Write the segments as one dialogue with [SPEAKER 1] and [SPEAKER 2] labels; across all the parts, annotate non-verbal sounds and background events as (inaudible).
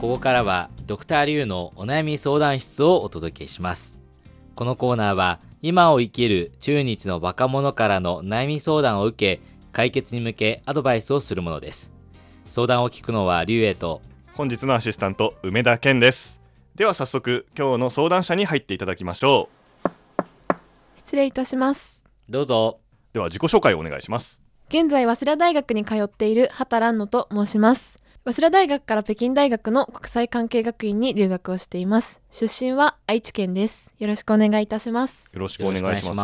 [SPEAKER 1] ここからはドクターリュウのお悩み相談室をお届けしますこのコーナーは今を生きる中日の若者からの悩み相談を受け解決に向けアドバイスをするものです相談を聞くのはリュウエイと
[SPEAKER 2] 本日のアシスタント梅田健ですでは早速今日の相談者に入っていただきましょ
[SPEAKER 3] 失礼いたします
[SPEAKER 1] どうぞ
[SPEAKER 2] うでは自己紹介をお願いします
[SPEAKER 3] 現在早稲田大学に通っている畑蘭野と申します早稲田大学から北京大学の国際関係学院に留学をしています出身は愛知県ですよろしくお願いいたします
[SPEAKER 2] よろしく
[SPEAKER 1] よ
[SPEAKER 2] お
[SPEAKER 1] ろ
[SPEAKER 2] 願
[SPEAKER 1] しくお願い
[SPEAKER 2] いし
[SPEAKER 1] し
[SPEAKER 2] ま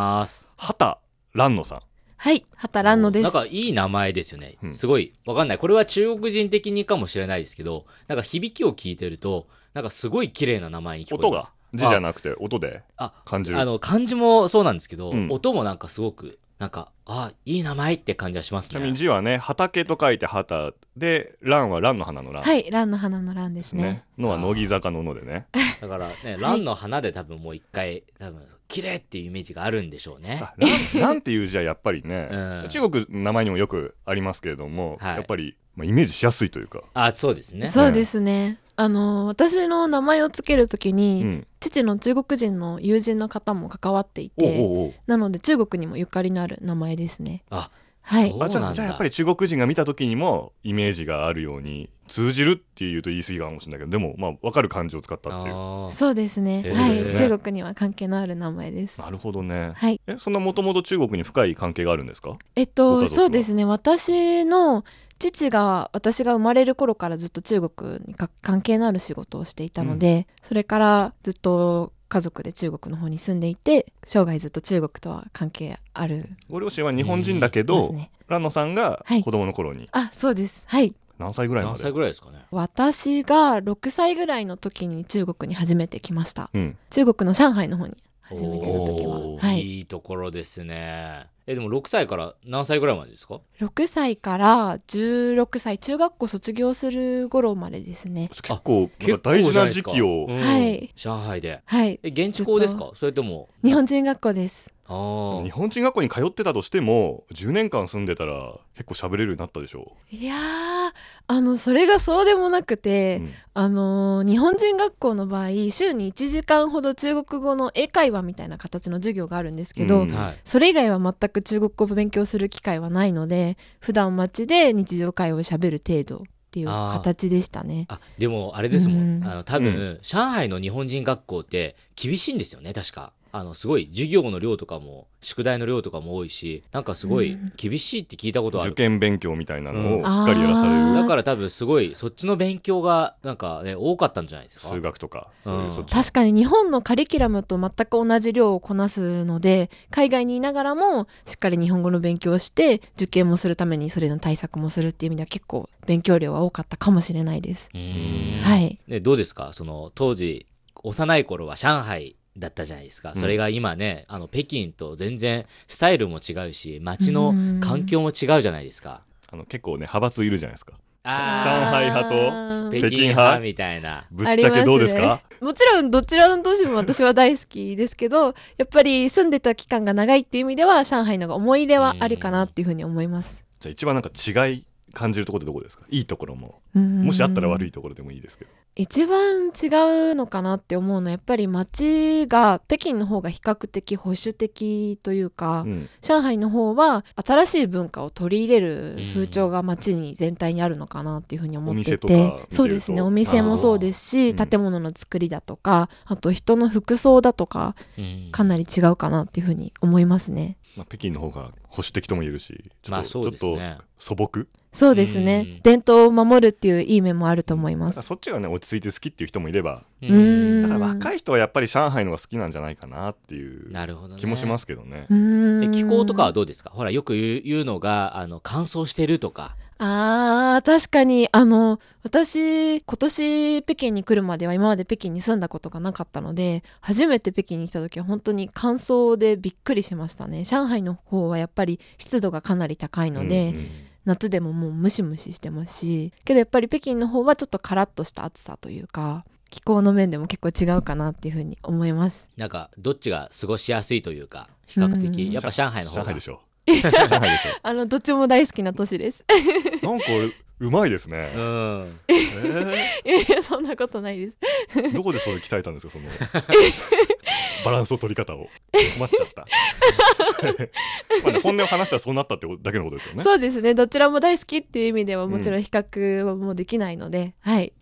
[SPEAKER 1] ます
[SPEAKER 2] す畑蘭野さん
[SPEAKER 3] はい畑蘭野です
[SPEAKER 1] なんかいい名前ですよね。
[SPEAKER 2] うん
[SPEAKER 1] すごい。わかんない。これは中国人的にかもしれないですけど、なんか響きを聞いてると、なんかすごい綺麗な名前に聞こ
[SPEAKER 2] 音
[SPEAKER 1] えます
[SPEAKER 2] が。字じゃなくて音で
[SPEAKER 1] あ、
[SPEAKER 2] 感じる
[SPEAKER 1] あの、漢字もそうなんですけど、
[SPEAKER 2] うん
[SPEAKER 1] 音もなんかすごく、なんか、あ、いい名前って感じはします
[SPEAKER 2] ちなみ
[SPEAKER 1] ね
[SPEAKER 2] に。字はね畑と書いて畑で蘭は蘭の花の蘭
[SPEAKER 3] はい蘭の花の蘭ですね
[SPEAKER 2] のは乃木坂ののでね
[SPEAKER 1] だから
[SPEAKER 2] (laughs)
[SPEAKER 1] ね、蘭の花で多分もう一回、多分、綺麗っていうイメージがあるんでしょうね。
[SPEAKER 2] あ蘭 (laughs) 蘭っていう字はやっぱりね、
[SPEAKER 1] うん
[SPEAKER 2] 中国の名前にもよくありますけれども、
[SPEAKER 1] はい
[SPEAKER 2] やっぱり、まあ、イメージしやすいというか、
[SPEAKER 1] あ、そうですね。
[SPEAKER 3] そうですねあの私の名前をつけるとき
[SPEAKER 2] う
[SPEAKER 3] に、
[SPEAKER 2] ん、
[SPEAKER 3] 父の中国人の友人の方も関わってい
[SPEAKER 2] おう
[SPEAKER 3] て
[SPEAKER 2] おうおう
[SPEAKER 3] なので中国にもゆかりのある名前ですね
[SPEAKER 1] あ
[SPEAKER 3] はい
[SPEAKER 1] そう
[SPEAKER 2] あじ
[SPEAKER 1] な
[SPEAKER 2] ゃ
[SPEAKER 1] んだ
[SPEAKER 2] あじゃあやっぱり中国人が見た時にもイメージがあるように通じるっていうと言い過ぎかもしれないけどでもまあ分かる漢字を使ったっていう
[SPEAKER 1] あー
[SPEAKER 3] そうですね、
[SPEAKER 1] えー
[SPEAKER 3] は
[SPEAKER 2] そうで
[SPEAKER 3] い
[SPEAKER 2] すね
[SPEAKER 3] 中国には関係のある名前です
[SPEAKER 2] なるほどね
[SPEAKER 3] はい
[SPEAKER 2] えそんなもともと中国に深い関係があるんですか
[SPEAKER 3] えっ
[SPEAKER 2] ご家
[SPEAKER 3] と
[SPEAKER 2] 族は
[SPEAKER 3] そうですね私の父が私が生まれる頃からずっと中国にか関係のある仕事をしていたので、それからずっと家族で中国の方に住んでいて生涯ずっと中国とは関係ある
[SPEAKER 2] ご両親は日本人だけ
[SPEAKER 3] で
[SPEAKER 2] ど、
[SPEAKER 3] すね。
[SPEAKER 2] 蘭野さんが
[SPEAKER 3] はい
[SPEAKER 2] 子供の頃に
[SPEAKER 3] あそうですはい
[SPEAKER 2] 何歳ぐらいま
[SPEAKER 1] 何
[SPEAKER 2] で、
[SPEAKER 1] 歳ぐらいですかね。
[SPEAKER 3] 私が6歳ぐらいの時に中国に初めて来ました
[SPEAKER 2] うん、
[SPEAKER 3] 中国の上海の方に初めての時は
[SPEAKER 1] おー
[SPEAKER 3] はい
[SPEAKER 1] いいところですね。え、でも6歳から何歳ぐらいまでですか
[SPEAKER 3] 6歳から16歳中学校卒業する頃までですね
[SPEAKER 2] 結構なんか大事な時期
[SPEAKER 1] 結
[SPEAKER 2] を
[SPEAKER 1] 構じゃないですかうん
[SPEAKER 3] は、い
[SPEAKER 1] 上海で。
[SPEAKER 3] はい
[SPEAKER 1] え、現地校ですかそれとも。
[SPEAKER 3] 日本人学校です
[SPEAKER 1] あー
[SPEAKER 2] 日本人学校に通ってたとしても10年間住んでたら結構喋れるようになったでしょ
[SPEAKER 3] いやーあのそれがそうでもなく
[SPEAKER 2] う、
[SPEAKER 3] て、
[SPEAKER 2] うん
[SPEAKER 3] あのー日本人学校の場合週に1時間ほど中国語の英会話みたいな形の授業があるんですけど、
[SPEAKER 2] うん
[SPEAKER 1] はい。
[SPEAKER 3] それ以外は全く中国語を勉強する機会はないので普段街で日常会話をしゃべる程度っていう形でしたね。
[SPEAKER 1] あでもあれですもん、
[SPEAKER 3] うん
[SPEAKER 1] あの多分、
[SPEAKER 2] う
[SPEAKER 1] 上海の日本人学校って厳しいんですよね確かあのすごい授業の量とかも宿題の量とかも多いしなんかすごい
[SPEAKER 3] うん
[SPEAKER 1] 厳しいって聞いたことあ
[SPEAKER 2] 受
[SPEAKER 1] る、
[SPEAKER 2] 験勉強みたいな
[SPEAKER 1] う
[SPEAKER 2] のを
[SPEAKER 1] ん
[SPEAKER 2] しっかりやらさ
[SPEAKER 3] あ
[SPEAKER 2] れ
[SPEAKER 3] ー
[SPEAKER 2] る
[SPEAKER 1] だから多分すごいそっちの勉強がなんかね多かったんじゃないですか
[SPEAKER 2] 数学とかそう
[SPEAKER 1] う
[SPEAKER 2] い
[SPEAKER 1] ん
[SPEAKER 2] うそっち
[SPEAKER 3] 確かに日本のカリキュラムと全く同じ量をこなすので海外にいながらもしっかり日本語の勉強をして受験もするためにそれの対策もするっていう意味では結構勉強量は多かったかもしれないです。
[SPEAKER 1] うーん
[SPEAKER 3] はい、
[SPEAKER 1] ね、どうですかその当時幼い頃は上海だったじゃないですか、
[SPEAKER 2] うん
[SPEAKER 1] それが今ねあの北京と全然スタイルも違うし街の環境も違うじゃないですか、
[SPEAKER 2] あの結構ね派閥いるじゃないですか
[SPEAKER 1] あ
[SPEAKER 2] 上海派と
[SPEAKER 3] あ
[SPEAKER 1] ー
[SPEAKER 3] ー
[SPEAKER 1] 北京派みたいな
[SPEAKER 2] ぶっちゃけどうです
[SPEAKER 3] ありま
[SPEAKER 2] か
[SPEAKER 3] もちろんどちらの都市も私は大好きですけどやっぱり住んでた期間が長いっていう意味では上海の方が思い入れはあるかなっていうふうに思います。
[SPEAKER 2] じゃあ一番なんか違い感じるところってどこですかいいところもも
[SPEAKER 3] も
[SPEAKER 2] しあったら悪いところでもいいですけど
[SPEAKER 3] 一番違うのかなって思うのはやっぱり街が北京の方が比較的保守的というか、
[SPEAKER 2] うん
[SPEAKER 3] 上海の方は新しい文化を取り入れる風潮が街に全体にあるのかなっていうふうに思ってい
[SPEAKER 2] お店とか見
[SPEAKER 3] て、
[SPEAKER 2] てると
[SPEAKER 3] そうですねお店もそうですし
[SPEAKER 2] あーうん
[SPEAKER 3] 建物の作りだとかあと人の服装だとか
[SPEAKER 1] うん
[SPEAKER 3] かなり違うかなっていうふうに思いますね。
[SPEAKER 2] まあ北京の方が保守的とも言えるしちょ
[SPEAKER 1] ま
[SPEAKER 2] っ
[SPEAKER 1] あそ
[SPEAKER 2] と
[SPEAKER 1] うで
[SPEAKER 2] ちょっ
[SPEAKER 1] す
[SPEAKER 2] と
[SPEAKER 1] ね
[SPEAKER 2] 素朴
[SPEAKER 3] そうですね、
[SPEAKER 1] うん
[SPEAKER 3] 伝統を守るっていういい面もあると思い
[SPEAKER 2] な
[SPEAKER 3] ま
[SPEAKER 2] んか
[SPEAKER 3] す。
[SPEAKER 2] そっちがね落ち着いて好きっていう人もいれば
[SPEAKER 1] う
[SPEAKER 3] うー
[SPEAKER 2] だ
[SPEAKER 3] ん
[SPEAKER 2] から若い人はやっぱり上海の方が好きなんじゃないかなっていう
[SPEAKER 1] なるほど、ね、
[SPEAKER 2] 気もしますすけどね
[SPEAKER 3] うーん
[SPEAKER 1] 気候とかはどうですかほらよく言う言うのがあの乾燥してるとか
[SPEAKER 3] あー確かにあの私今年北京に来るまでは今まで北京に住んだことがなかったので初めて北京に来た時は本当に乾燥でびっくりしましたね上海の方はやっぱり湿度がかなり高いので、
[SPEAKER 2] うんうん
[SPEAKER 3] 夏でももうムシムシしてますしけどやっぱり北京の方はちょっとカラッとした暑さというか気候の面でも結構違うかなっていうふうに思います
[SPEAKER 1] なんかどっちが過ごしやすいというか比較的、
[SPEAKER 3] うん
[SPEAKER 1] やっぱ上海の方が
[SPEAKER 2] 上海でしょ上海でし
[SPEAKER 3] あのどっちも大好きな都市です (laughs)
[SPEAKER 2] ょなんかうまいですね
[SPEAKER 1] (laughs) う、ん。
[SPEAKER 2] え
[SPEAKER 3] いやいやそんなことないです
[SPEAKER 2] ー (laughs) どこでそれ鍛えたんですかそ
[SPEAKER 3] (laughs)
[SPEAKER 2] のバランスの取り方を困っちゃ
[SPEAKER 3] (laughs)
[SPEAKER 2] ったまあね本音を話したらそうなったってことだけのことですよね
[SPEAKER 3] そうですねどちらも大好きっていう意味ではもちろん比較はもうできないので、はい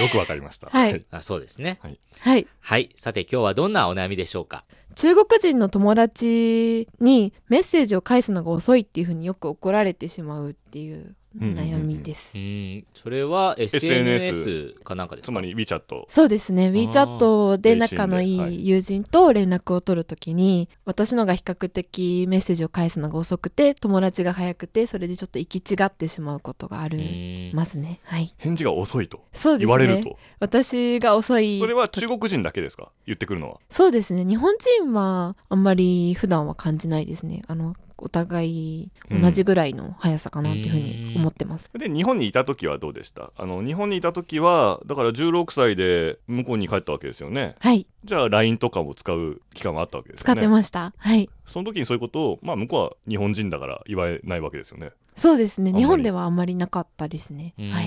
[SPEAKER 2] よくわかりました
[SPEAKER 3] はい
[SPEAKER 1] あそうですね。
[SPEAKER 3] はい
[SPEAKER 1] はい。さて今日はどんなお悩みでしょうか
[SPEAKER 3] 中国人の友達にメッセージを返すのが遅いっていうふうによく怒られてしまうっていう悩みです、
[SPEAKER 1] うん。それは SNS かなんかですか
[SPEAKER 2] つまり WeChat
[SPEAKER 3] そうですね WeChat で
[SPEAKER 2] ー
[SPEAKER 3] 仲の
[SPEAKER 2] 微信ではい
[SPEAKER 3] い
[SPEAKER 2] い
[SPEAKER 3] 友人と連絡を取るときに、私のが比較的メッセージを返すのが遅くて友達が早くてそれでちょっと行き違ってしまうことがあ
[SPEAKER 1] う
[SPEAKER 3] り
[SPEAKER 1] ん。
[SPEAKER 3] ますね、はい
[SPEAKER 2] 返事が遅いと
[SPEAKER 3] そうで
[SPEAKER 2] 言
[SPEAKER 3] す
[SPEAKER 2] われる
[SPEAKER 3] ね
[SPEAKER 2] と
[SPEAKER 3] 私が遅い
[SPEAKER 2] それは中国人だけですか言ってくるのは
[SPEAKER 3] そうですね日本人はあんまり普段は感じないですねあのお互い同じぐらいの速さかなっていうふうに思ってます、
[SPEAKER 2] で日本にいた時はどうでしたあの日本にいた時はだから16歳で向こうに帰ったわけですよね
[SPEAKER 3] はい
[SPEAKER 2] じゃあ LINE とかも使う期間があったわけです
[SPEAKER 3] 使
[SPEAKER 2] よ
[SPEAKER 3] って
[SPEAKER 2] ね
[SPEAKER 3] ました、はい
[SPEAKER 2] その時にそういうことをまあ向こうは日本人だから言われないわけですよね
[SPEAKER 3] そうですね
[SPEAKER 2] あんまり
[SPEAKER 3] 日本ではあんまりなかったですね
[SPEAKER 1] うん
[SPEAKER 3] はい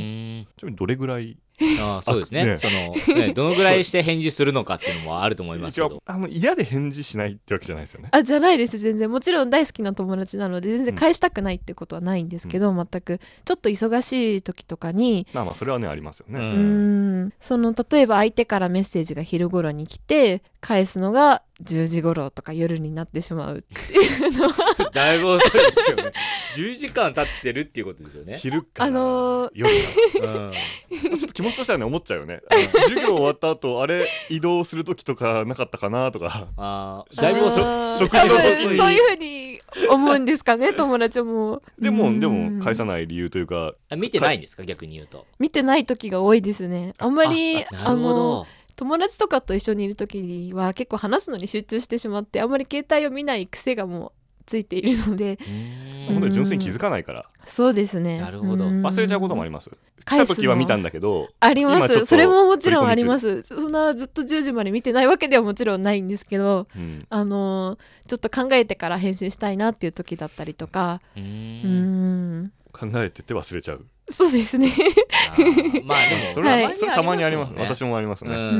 [SPEAKER 2] ちなみにどれぐらい
[SPEAKER 1] あそうですね
[SPEAKER 2] ね
[SPEAKER 1] その、ね、どのぐらいして返事するのかっていうのもあると思いますけ
[SPEAKER 2] 一
[SPEAKER 1] ど
[SPEAKER 2] 応。あの嫌で返事しないってわけじゃないですよね
[SPEAKER 3] あじゃないです全然もちろん大好きな友達なので全然返したくないってことはないんですけど、全くちょっと忙しい時とかに
[SPEAKER 2] まあまあそれはねありますよね、
[SPEAKER 1] う
[SPEAKER 3] うんーんその例えば相手からメッセージが昼頃に来て返すのが10時頃とか夜になってしまうっていうのは
[SPEAKER 1] (laughs) だいぶ遅いですよね。10時間経ってるっていうことですよ
[SPEAKER 2] (laughs)
[SPEAKER 1] ね。
[SPEAKER 2] 昼から、
[SPEAKER 3] あのー
[SPEAKER 2] 夜か
[SPEAKER 1] うん
[SPEAKER 2] らちょっと気持ちとしてはね思っちゃうよねあの授業終わった後あれ移動する時とかなかったかなとか
[SPEAKER 1] あー
[SPEAKER 2] だいぶ遅い
[SPEAKER 3] あー
[SPEAKER 2] 食事の
[SPEAKER 3] 多分
[SPEAKER 1] 時
[SPEAKER 3] そういうふうに思うんですかね友達も
[SPEAKER 2] (laughs) でもで
[SPEAKER 3] うん
[SPEAKER 2] も返さない理由というか
[SPEAKER 1] あ見てないんですか逆に言うと。
[SPEAKER 3] 見てない時が多いですねあんまり
[SPEAKER 1] あ
[SPEAKER 3] あの友達とかと一緒にいる時は結構話すのに集中してしまってあんまり携帯を見ない癖がもうついているので
[SPEAKER 2] その
[SPEAKER 1] う
[SPEAKER 2] ことで純粋に気づかないから
[SPEAKER 3] そうですね
[SPEAKER 1] なるほど
[SPEAKER 2] 忘れちゃうこともあり
[SPEAKER 3] ます
[SPEAKER 2] ます。来
[SPEAKER 3] 返
[SPEAKER 2] た
[SPEAKER 3] すの
[SPEAKER 2] 時は見たんだけど、
[SPEAKER 3] ありま
[SPEAKER 2] 今ちょっ
[SPEAKER 3] す
[SPEAKER 2] と
[SPEAKER 3] それももちろんありますそんなずっと10時まで見てないわけではもちろんないんですけど
[SPEAKER 2] うん
[SPEAKER 3] あのーちょっと考えてから返信したいなっていう時だったりとか
[SPEAKER 1] ーん
[SPEAKER 3] うーん
[SPEAKER 2] 考えてて忘れちゃう。
[SPEAKER 3] そうですね
[SPEAKER 1] あーまあでも
[SPEAKER 2] それは、
[SPEAKER 3] はい
[SPEAKER 2] それたまにあります。私
[SPEAKER 1] も
[SPEAKER 2] もありますね。
[SPEAKER 1] う
[SPEAKER 3] うんー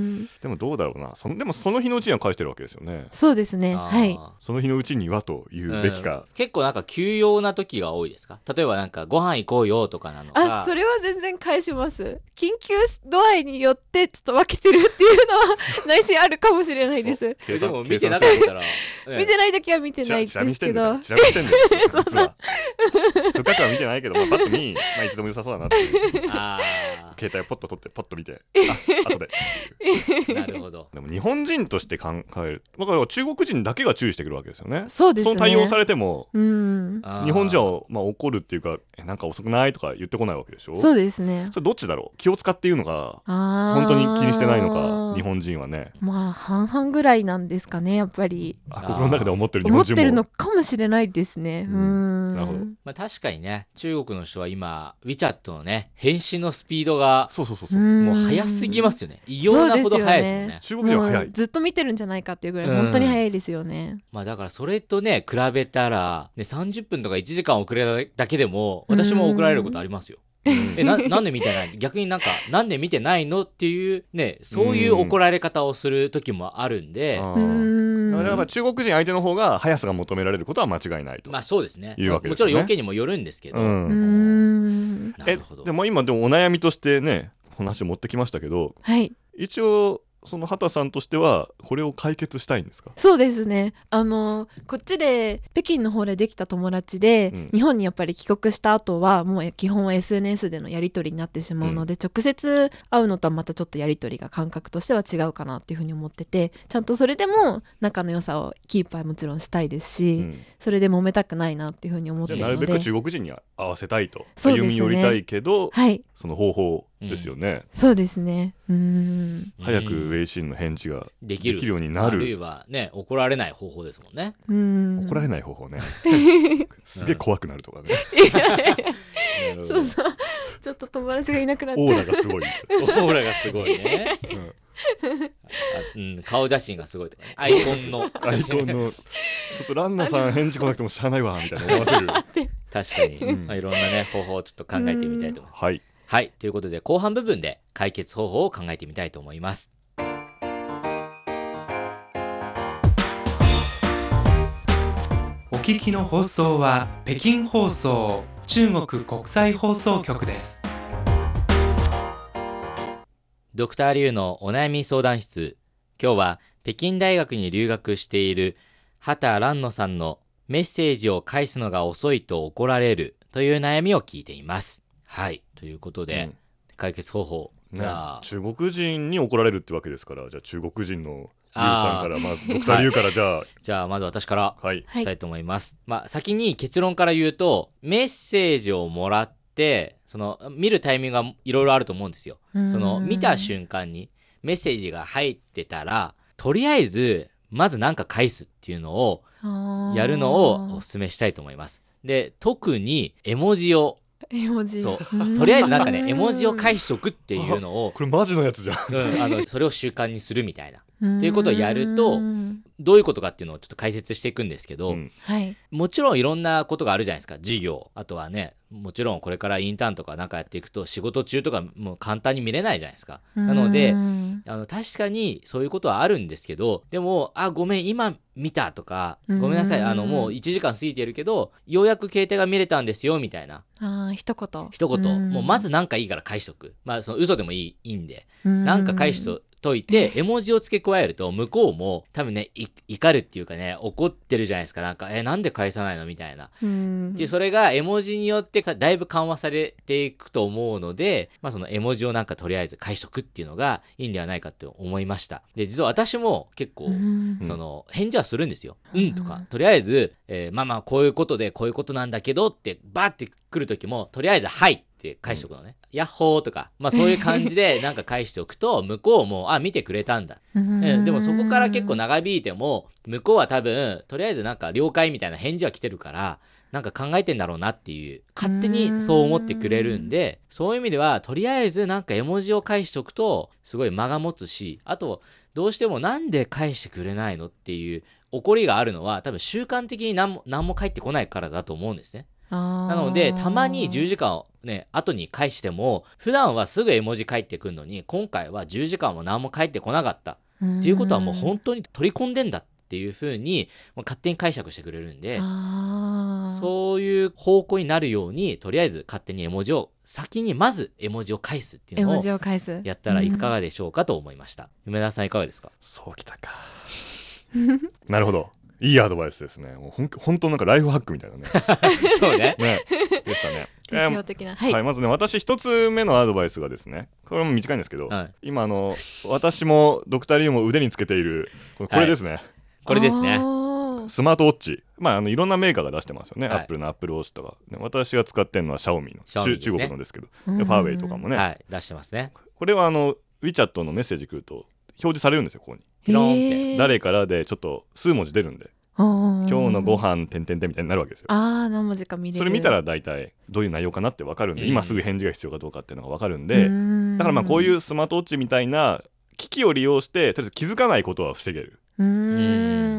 [SPEAKER 3] ん
[SPEAKER 2] でもどうだろうな。そのでもその日のうちには返してるわけですよね。
[SPEAKER 3] そうですね
[SPEAKER 1] あー
[SPEAKER 3] はい
[SPEAKER 2] その日のうちにはというべきか。
[SPEAKER 1] 結構なんか急用な時が多いですか例えばなんかご飯行こうよとかなのか
[SPEAKER 3] あそれは全然返します緊急度合いによってちょっと分けてるっていうのは内心あるかもしれないです
[SPEAKER 1] え
[SPEAKER 2] 計
[SPEAKER 1] で
[SPEAKER 2] 算
[SPEAKER 1] も見てなかったら、ね
[SPEAKER 3] 見てない時は見て
[SPEAKER 2] 計
[SPEAKER 3] な
[SPEAKER 2] 算
[SPEAKER 3] い
[SPEAKER 2] しちゃ
[SPEAKER 3] ですけ
[SPEAKER 2] ちゃ
[SPEAKER 3] ど
[SPEAKER 2] みしてんだよ。ちなみしてんだよ。実は。深くは見てないけど、まあ、パッと見、まあ、いつでも良さそうだなっていう。
[SPEAKER 1] あ
[SPEAKER 2] 携帯をポッと取って、ポッと見て、あ、後で。
[SPEAKER 1] ーなるほ
[SPEAKER 2] (laughs)
[SPEAKER 1] ど
[SPEAKER 2] でも日本人として考える。だから中国人だけが注意してくるわけですよね。
[SPEAKER 3] そうです
[SPEAKER 2] そ
[SPEAKER 3] ね
[SPEAKER 2] の対応されても、
[SPEAKER 3] うん
[SPEAKER 1] あー
[SPEAKER 2] 日本人は、まあ、怒るっていうかえなんか遅くないとか言ってこないわけでしょ
[SPEAKER 3] そうですね
[SPEAKER 2] それどっちだろう気を使って言うのか
[SPEAKER 3] あー
[SPEAKER 2] 本当に気にしてないのか日本人はね
[SPEAKER 3] まあ半々ぐらいなんですかねやっぱり
[SPEAKER 2] あ
[SPEAKER 1] あー
[SPEAKER 2] 心の中で思ってる日
[SPEAKER 3] 思
[SPEAKER 2] 本
[SPEAKER 3] っ
[SPEAKER 2] 人
[SPEAKER 3] て
[SPEAKER 2] も
[SPEAKER 3] るのかもしれないですねう
[SPEAKER 2] うんんなるほど
[SPEAKER 1] まあ確かにね中国の人は今 WeChat のね返信のスピードが
[SPEAKER 2] そうそうそうそう、
[SPEAKER 3] ん
[SPEAKER 1] もう早すぎますよね異様なほど早いですもんね
[SPEAKER 2] 中国人は
[SPEAKER 3] も
[SPEAKER 2] 早
[SPEAKER 3] う
[SPEAKER 2] い
[SPEAKER 3] ずっと見てるんじゃないかっていうぐらい
[SPEAKER 1] うん
[SPEAKER 3] 本当に早いですよね
[SPEAKER 1] まあだからそれとね比べたら、ね、30分とか1時間遅れただけでも
[SPEAKER 3] うん
[SPEAKER 1] 私も送られることありますよ。
[SPEAKER 2] うん
[SPEAKER 1] えな (laughs) なんで見てないの逆になんかなんで見てないのっていうねそういう怒られ方をする時もあるんで、
[SPEAKER 2] あ
[SPEAKER 3] う
[SPEAKER 2] ー
[SPEAKER 3] ん
[SPEAKER 2] だからやっぱ中国人相手の方が速さが求められることは間違いないと、
[SPEAKER 1] まあそうですね
[SPEAKER 2] いうわけ
[SPEAKER 1] も
[SPEAKER 2] で
[SPEAKER 1] ち
[SPEAKER 2] す
[SPEAKER 1] ろ
[SPEAKER 2] よ
[SPEAKER 1] ん
[SPEAKER 2] ね
[SPEAKER 1] 要件にもよるんですけど、
[SPEAKER 2] うん
[SPEAKER 3] うん
[SPEAKER 1] な
[SPEAKER 2] え
[SPEAKER 1] るほど
[SPEAKER 2] で。も今でもお悩みとしてね話を持ってきましたけど
[SPEAKER 3] はい
[SPEAKER 2] 一応その畑さんとしてはこれを解決したいんですか
[SPEAKER 3] そうですねあのこっちで北京の方でできた友達で、
[SPEAKER 2] うん
[SPEAKER 3] 日本にやっぱり帰国した後はもう基本 SNS でのやり取りになってしまうので、直接会うのとはまたちょっとやり取りが感覚としては違うかなっていうふうに思っててちゃんとそれでも仲の良さをキープはもちろんしたいですし、
[SPEAKER 2] うん
[SPEAKER 3] それで揉めたくないなっていうふうに思っ
[SPEAKER 2] じ
[SPEAKER 3] て
[SPEAKER 2] ゃ
[SPEAKER 3] る
[SPEAKER 2] あ
[SPEAKER 3] の
[SPEAKER 2] な
[SPEAKER 3] で
[SPEAKER 2] るべく中国人に合わせたいと、
[SPEAKER 3] そうです
[SPEAKER 2] 歩
[SPEAKER 3] ね
[SPEAKER 2] み寄りたいけど、
[SPEAKER 3] はい
[SPEAKER 2] その方法ですよね、
[SPEAKER 3] そうですねうー
[SPEAKER 1] う
[SPEAKER 3] ん
[SPEAKER 1] ん
[SPEAKER 2] 早くウェイシンの返事が
[SPEAKER 1] で
[SPEAKER 2] で
[SPEAKER 1] き
[SPEAKER 2] き
[SPEAKER 1] る
[SPEAKER 2] るようにな
[SPEAKER 1] あるい
[SPEAKER 2] る、
[SPEAKER 1] はね怒られない方法ですもんね。
[SPEAKER 3] うーん
[SPEAKER 2] 怒られ
[SPEAKER 3] な
[SPEAKER 2] な
[SPEAKER 3] い
[SPEAKER 2] い方
[SPEAKER 3] (laughs)
[SPEAKER 2] 法ねすげえ怖くなるとかね、
[SPEAKER 1] (laughs)
[SPEAKER 3] そんなちょっと友達がいなくなっちゃ
[SPEAKER 2] オ
[SPEAKER 3] う
[SPEAKER 2] ーラがす
[SPEAKER 3] (laughs)
[SPEAKER 2] ごい、
[SPEAKER 1] オーラがすごいね。
[SPEAKER 2] うん
[SPEAKER 1] あうん、顔写真がすごいとかね。 (laughs) アイコンの。
[SPEAKER 3] (laughs)
[SPEAKER 2] アイコンのちょっとランナさん返事来なくてもしゃあないわみたいな思わせる
[SPEAKER 1] (laughs) 確かに、
[SPEAKER 2] うん
[SPEAKER 1] まあいろんなね方法をちょっと考えてみたいと思います
[SPEAKER 2] はい
[SPEAKER 1] はい。ということで、後半部分で解決方法を考えてみたいと思います。
[SPEAKER 4] お聞きの放送は北京放送中国国際放送局です。
[SPEAKER 1] ドクターリュウのお悩み相談室。今日は北京大学に留学している畑蘭野さんのメッセージを返すのが遅いと怒られるという悩みを聞いています。はい。ということで、解決方法。
[SPEAKER 2] うん
[SPEAKER 1] じ
[SPEAKER 2] ね
[SPEAKER 1] ゃあ、
[SPEAKER 2] 中国人に怒られるってわけですからじゃあ中国人のリュウさん
[SPEAKER 1] あ
[SPEAKER 2] か
[SPEAKER 1] ー
[SPEAKER 2] ら
[SPEAKER 1] (laughs)
[SPEAKER 2] まずドクターリュウからじゃあ
[SPEAKER 1] じゃあまず私から
[SPEAKER 2] はい
[SPEAKER 3] は
[SPEAKER 1] し
[SPEAKER 3] い
[SPEAKER 1] たいと思います。まあ、先に結論から言うと、メッセージをもらって、その見るタイミングがいろいろあると思うんですよ。
[SPEAKER 3] そ
[SPEAKER 1] その見た瞬間にメッセージが入ってたらとりあえずまず何か返すっていうのをやるのをお勧めしたいと思います。で特に絵文字を
[SPEAKER 3] 絵文字
[SPEAKER 1] そうとりあえずなんかね絵文字を
[SPEAKER 3] し
[SPEAKER 1] 返しとくっていうのを、
[SPEAKER 2] これマジのやつじゃん
[SPEAKER 1] (laughs) うん、あのそれを習慣にするみたいな
[SPEAKER 3] て
[SPEAKER 1] いうことをやるとどういうことかっていうのをちょっと解説していくんですけど、
[SPEAKER 2] うん
[SPEAKER 3] はい
[SPEAKER 1] もちろんいろんなことがあるじゃないですか授業あとはねもちろんこれからインターンとかなんかやっていくと仕事中とかもう簡単に見れないじゃないですか。なので
[SPEAKER 3] うん
[SPEAKER 1] あの確かにそういうことはあるんですけどでも「あごめん今見た」とか「
[SPEAKER 3] うん
[SPEAKER 1] ごめんなさいあのもう1時間過ぎてるけどようやく携帯が見れたんですよ」みたいな
[SPEAKER 3] あー一言
[SPEAKER 1] 一言、
[SPEAKER 3] ん
[SPEAKER 1] もうまず何かいいから返しとくまあその嘘でもいいいいんで
[SPEAKER 3] うん
[SPEAKER 1] 何か返しととい
[SPEAKER 3] (laughs)
[SPEAKER 1] て絵文字を付け加えると向こうも多分ねい怒るっていうかね怒ってるじゃないですかなんか「えなんで返さないの?」みたいな
[SPEAKER 3] うん
[SPEAKER 1] でそれが絵文字によってさだいぶ緩和されていくと思うので、まあ、その絵文字をなんかとりあえず返しとくっていうのがいいんではないかと思いましたで実は私も結構、
[SPEAKER 3] うん
[SPEAKER 1] その返事はするんですよ。う
[SPEAKER 3] うん
[SPEAKER 1] んとかとりあえず、えーまあまあこういうことでこういうことなんだけどってバーって来る時もとりあえず「はい」って返しておくのね「ヤッホー」とか、まあ、そういう感じでなんか返しておくと向こうも「あ見てくれたんだ」えでもそこから結構長引いても向こうは多分とりあえずなんか了解みたいな返事は来てるからなんか考えてんだろうなっていう勝手にそう思ってくれるんでそういう意味ではとりあえずなんか絵文字を返しておくとすごい間が持つしあとどうしてもなんで返してくれないのっていう怒りがあるのは多分習慣的に何も何も返ってこないからだと思うんですね。な
[SPEAKER 3] な
[SPEAKER 1] のでたまに10時間をね後に返しても普段はすぐ絵文字返ってくるのに今回は10時間も何も返ってこなかった
[SPEAKER 3] っ
[SPEAKER 1] っていうことはもう本当に取り込んでんだっていうふうにもう勝手に解釈してくれるんで
[SPEAKER 3] そ
[SPEAKER 1] そういう方向になるようにとりあえず勝手に絵文字を先にまず絵文字を返すっていう
[SPEAKER 3] 絵
[SPEAKER 1] の
[SPEAKER 3] 文
[SPEAKER 1] を
[SPEAKER 3] 字を返す
[SPEAKER 1] やったらいか
[SPEAKER 3] うん
[SPEAKER 1] がでしょうかと思いました梅田さんいかがですか (laughs)
[SPEAKER 2] そうきたか (laughs) なるほどいいアドバイスですねもうほん本当なんかライフハックみたいな
[SPEAKER 1] (laughs)
[SPEAKER 2] ね
[SPEAKER 1] そうね
[SPEAKER 2] ねでし
[SPEAKER 1] (laughs)
[SPEAKER 2] たねえ
[SPEAKER 3] 実用
[SPEAKER 2] ー
[SPEAKER 3] 的なは
[SPEAKER 2] はいい、まずね私一つ目のアドバイスがですねこれも短いんですけど、
[SPEAKER 1] はい
[SPEAKER 2] 今あの私もドクターリウムを腕につけているこれこれですね、
[SPEAKER 1] これですね
[SPEAKER 3] あー
[SPEAKER 2] スマートウォッチ、まあ、あのいろんなメーカーが出してますよね、
[SPEAKER 1] はい
[SPEAKER 2] アップルのアップルウォッチとか、ね、私が使ってるのはシャオミの、
[SPEAKER 1] シャオミ
[SPEAKER 2] 中
[SPEAKER 1] ですね
[SPEAKER 2] 中国のですけど、
[SPEAKER 3] う
[SPEAKER 2] で
[SPEAKER 3] ん
[SPEAKER 2] ファーウェイとかもね、
[SPEAKER 1] はい出してますね
[SPEAKER 2] これはあの WeChat のメッセージ来ると表示されるんですよここに、
[SPEAKER 1] ピローンって
[SPEAKER 3] へー
[SPEAKER 2] 誰からでちょっと数文字出るんで
[SPEAKER 3] 今
[SPEAKER 2] 今日のご飯点点点みたいになるわけですよ
[SPEAKER 3] あー何文字か見れる
[SPEAKER 2] それ見たら大体どういう内容かなって分かるんで、
[SPEAKER 1] うん
[SPEAKER 2] 今すぐ返事が必要かどうかっていうのが分かるんで、
[SPEAKER 3] で
[SPEAKER 2] だからまあこういううスマートウォッチみたいな機器を利用してとりあえず気づかないことは防げる
[SPEAKER 3] ー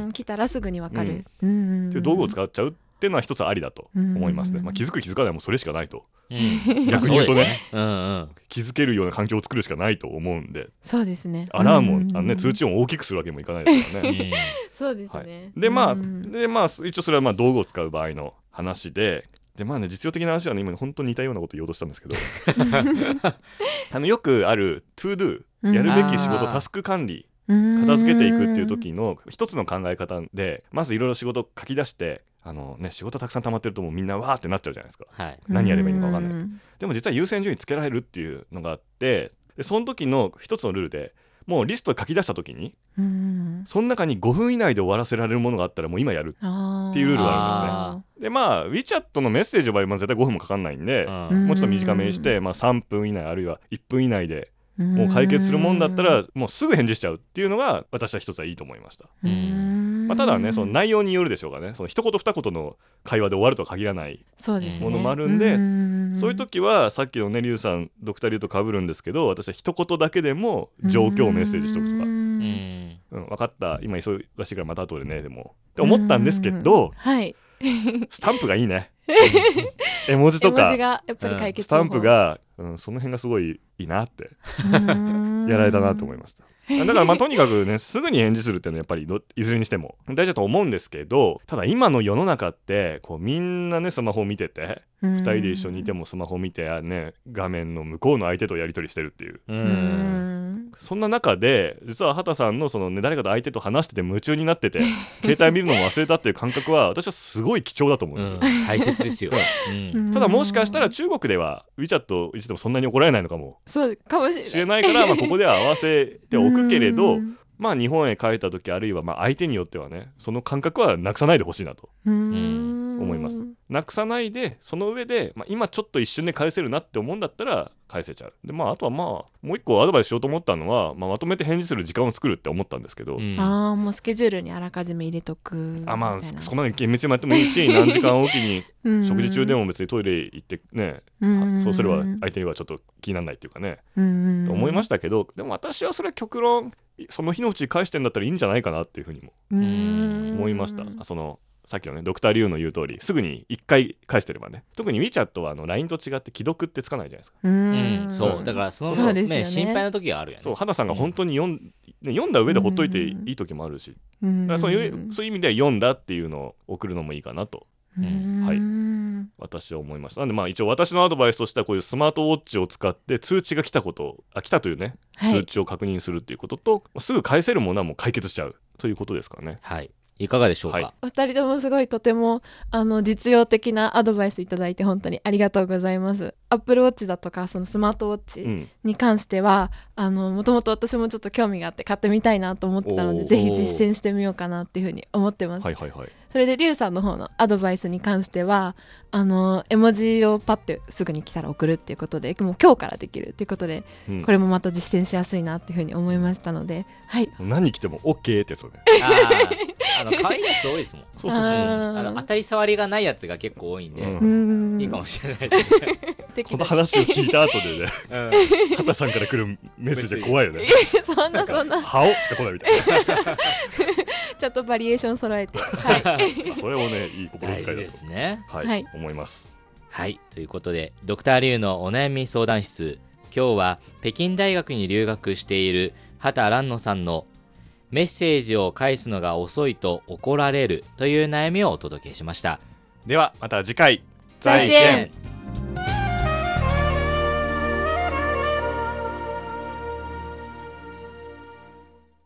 [SPEAKER 3] ん来たらすぐにわかるうん
[SPEAKER 2] っていう道具を
[SPEAKER 3] う
[SPEAKER 2] 使っちゃうっていうのは一つありだと思いますね、
[SPEAKER 3] うん
[SPEAKER 2] まあ、気づく気づかないもそれしかないと
[SPEAKER 3] (laughs)
[SPEAKER 1] うん
[SPEAKER 2] 逆に言うと
[SPEAKER 1] まあそ
[SPEAKER 2] ね
[SPEAKER 1] ですうんうん
[SPEAKER 2] 気づけるような環境を作るしかないと思うんで
[SPEAKER 3] そうですね
[SPEAKER 2] アラームを、
[SPEAKER 3] うん
[SPEAKER 2] あのね、通知音を大きくするわけにもいかないですから
[SPEAKER 1] う
[SPEAKER 3] (laughs)
[SPEAKER 2] ね。
[SPEAKER 1] ん
[SPEAKER 3] そうです
[SPEAKER 2] はい
[SPEAKER 3] ね
[SPEAKER 2] でまあ
[SPEAKER 3] うん
[SPEAKER 2] でまあ一応それはまあ道具を使う場合の話で。でまあね、実用的な話はね今ね本当に似たようなこと言おうとしたんですけ
[SPEAKER 3] (laughs)
[SPEAKER 2] ど (laughs) あのよくある「ToDo」
[SPEAKER 3] うん
[SPEAKER 2] やるべき仕事
[SPEAKER 1] あー
[SPEAKER 2] タスク管理
[SPEAKER 3] 片
[SPEAKER 2] 片付けていくっていう時の一つの考え方でまずいろいろ仕事を書き出してあの、ね、仕事たくさん溜まってるともうみんなわーってなっちゃうじゃないですか
[SPEAKER 1] はい
[SPEAKER 2] 何やればいいのかわかんない
[SPEAKER 3] い
[SPEAKER 2] でも実は優先順位つけられるっていうのがあってでその時の一つのルールでもうリスト書き出した時にその中に5分以内で終わらせられるものがあったらもう今やるっていうルール
[SPEAKER 1] があるん
[SPEAKER 2] でまあ WeChat のメッセージの場合は絶対5分もかかんないんで、
[SPEAKER 1] うん
[SPEAKER 3] ん
[SPEAKER 2] もうちょっと短めにして、まあ、3分以内あるいは1分以内でもう解決するもんだったらもうすぐ返事しちゃうっていうのが私は一つはいいと思いました。まあ、ただねその内容によるでしょうかねその一言二言の会話で終わるとは限らない、ものもあるんでそういう時はさっきのねリュウさんドクターリュウと被るんですけど私は一言だけでも状況をメッセージしておくとか
[SPEAKER 1] う
[SPEAKER 3] と
[SPEAKER 1] ん
[SPEAKER 2] 「うん、分かった今忙しいからまた後でね」でもって思ったんですけど
[SPEAKER 3] はい
[SPEAKER 2] スタンプがいい
[SPEAKER 3] (laughs)
[SPEAKER 2] ねうん絵文字
[SPEAKER 3] 絵
[SPEAKER 2] と
[SPEAKER 3] 文字
[SPEAKER 2] か
[SPEAKER 3] がやっぱり解決
[SPEAKER 2] スタ
[SPEAKER 3] 方
[SPEAKER 2] ン
[SPEAKER 3] 法
[SPEAKER 2] プが、うん、その辺がすごいいいなって
[SPEAKER 3] うーん
[SPEAKER 2] (laughs) やられたなと思いま
[SPEAKER 3] (laughs)
[SPEAKER 2] した。だからまあとにかくねすぐに返事するっていうのはやっぱりどいずれにしても大事だと思うんですけどただ今の世の中ってこうみんなねスマホを見てて
[SPEAKER 3] うん
[SPEAKER 2] 2人で一緒にいてもスマホ見て、あね、画面の向こうの相手とやり取りしてるっていう
[SPEAKER 1] う。
[SPEAKER 3] うんん
[SPEAKER 2] そんな中で実は畑さんのその、ね、誰かと相手と話してて夢中になって
[SPEAKER 3] (laughs)
[SPEAKER 2] て携帯見るのも忘れたっていう感覚は私はすごい貴重だと思うん
[SPEAKER 1] う
[SPEAKER 2] ですよ
[SPEAKER 1] ん。大切ですよ。うん。
[SPEAKER 2] ただもしかしたら中国では WeChat いつでもそんなに怒られないのかも
[SPEAKER 3] そうかもしれない
[SPEAKER 2] しれないから、まあ、ここでは合わせておくけれど
[SPEAKER 3] うん
[SPEAKER 2] まあ日本へ帰った時あるいはまあ相手によってはねその感覚はなくさないでほしいなと
[SPEAKER 3] うん
[SPEAKER 2] 思いますなくさないでその上で、まあ、今ちょっと一瞬で返せるなって思うんだったら返せちゃうでまああとはまあもう一個アドバイスしようと思ったのは、まあ、まとめて返事する時間を作るって思ったんですけど、
[SPEAKER 1] うん
[SPEAKER 3] ああもうスケジュールにあらかじめ入れとく
[SPEAKER 2] あまあ
[SPEAKER 3] みたいな
[SPEAKER 2] そこまで厳密にもやってもいい
[SPEAKER 3] (laughs)
[SPEAKER 2] し何時間おきに
[SPEAKER 3] うん
[SPEAKER 2] 食事中でも別にトイレ行ってね、
[SPEAKER 3] うん
[SPEAKER 2] そうすれば相手にはちょっと気にならないっていうかね、
[SPEAKER 3] うん
[SPEAKER 2] と思いましたけどでも私はそれは極論その日のうちに返してんだったらいいんじゃないかなっていうふうにも
[SPEAKER 3] うん
[SPEAKER 2] 思いました、そのさっきのねドクター・リュウの言う通りすぐに1回返してればね特に WeChat はあの LINE と違って既読ってつかないじゃないですか、
[SPEAKER 1] うんそう。だからその
[SPEAKER 3] そうですよね
[SPEAKER 1] ね心配の時があるよね。
[SPEAKER 2] そう肌さんが本当に読ん、ね読んだ上でほっといていい時もあるし、
[SPEAKER 3] ら
[SPEAKER 2] だからそういうそういう意味では読んだっていうのを送るのもいいかなと
[SPEAKER 3] うん
[SPEAKER 2] はい
[SPEAKER 3] うん
[SPEAKER 2] 私は思いましたなんでまあ一応私のアドバイスとしてはこういうスマートウォッチを使って通知が来たことあ来たというね
[SPEAKER 3] は
[SPEAKER 2] 通
[SPEAKER 3] い
[SPEAKER 2] 知を確認するっていうことと、すぐ返せるものはもう解決しちゃうということですかね
[SPEAKER 1] はい。いかがでしょう
[SPEAKER 2] はい
[SPEAKER 1] か。
[SPEAKER 3] お二人ともすごいとてもあの実用的なアドバイスいただいて本当にありがとうございます。Apple Watch だとかそのスマートウォッチ、
[SPEAKER 2] うん
[SPEAKER 3] に関してはあのもともと私もちょっと興味があって買ってみたいなと思ってたの
[SPEAKER 2] お
[SPEAKER 3] で
[SPEAKER 2] ー
[SPEAKER 3] ぜひ実践してみようかなっていうふうに思ってます、
[SPEAKER 2] はいはいはい
[SPEAKER 3] それでリュウさんの方のアドバイスに関してはあの絵文字をパッてすぐに来たら送るっていうことでもう今日からできるっていうことで
[SPEAKER 2] うん
[SPEAKER 3] これもまた実践しやすいなっていうふうに思いましたのではい
[SPEAKER 2] 何来ても OK ってやつ (laughs) よね
[SPEAKER 1] あーあ (laughs) の可愛いやつ多いですもん。
[SPEAKER 2] そうそ
[SPEAKER 3] うそうう
[SPEAKER 2] そ
[SPEAKER 3] そう
[SPEAKER 1] う
[SPEAKER 3] う
[SPEAKER 1] んあの当たり障りがないやつが結構多いんで、
[SPEAKER 2] うん
[SPEAKER 3] うーん
[SPEAKER 1] いいかもしれないですね。
[SPEAKER 3] で
[SPEAKER 2] この話を聞いた後でね
[SPEAKER 1] うん
[SPEAKER 2] 畑さんから来るメッセージは怖いよ (laughs) ね
[SPEAKER 3] (laughs) そんなそんな
[SPEAKER 2] 歯をしか来ないみたいな
[SPEAKER 3] ちょっとバリエーション
[SPEAKER 2] (laughs)
[SPEAKER 3] 揃えては
[SPEAKER 2] それもねいい心
[SPEAKER 1] 大
[SPEAKER 2] 遣
[SPEAKER 1] 事
[SPEAKER 2] い
[SPEAKER 1] で
[SPEAKER 2] だと
[SPEAKER 1] すね。
[SPEAKER 2] はい、
[SPEAKER 3] はい
[SPEAKER 2] 思います
[SPEAKER 1] はい、ということで、ドクターリュウのお悩み相談室、今日は北京大学に留学している畑蘭野さんのメッセージを返すのが遅いと怒られるという悩みをお届けしました。
[SPEAKER 2] ではまた次回
[SPEAKER 3] 再见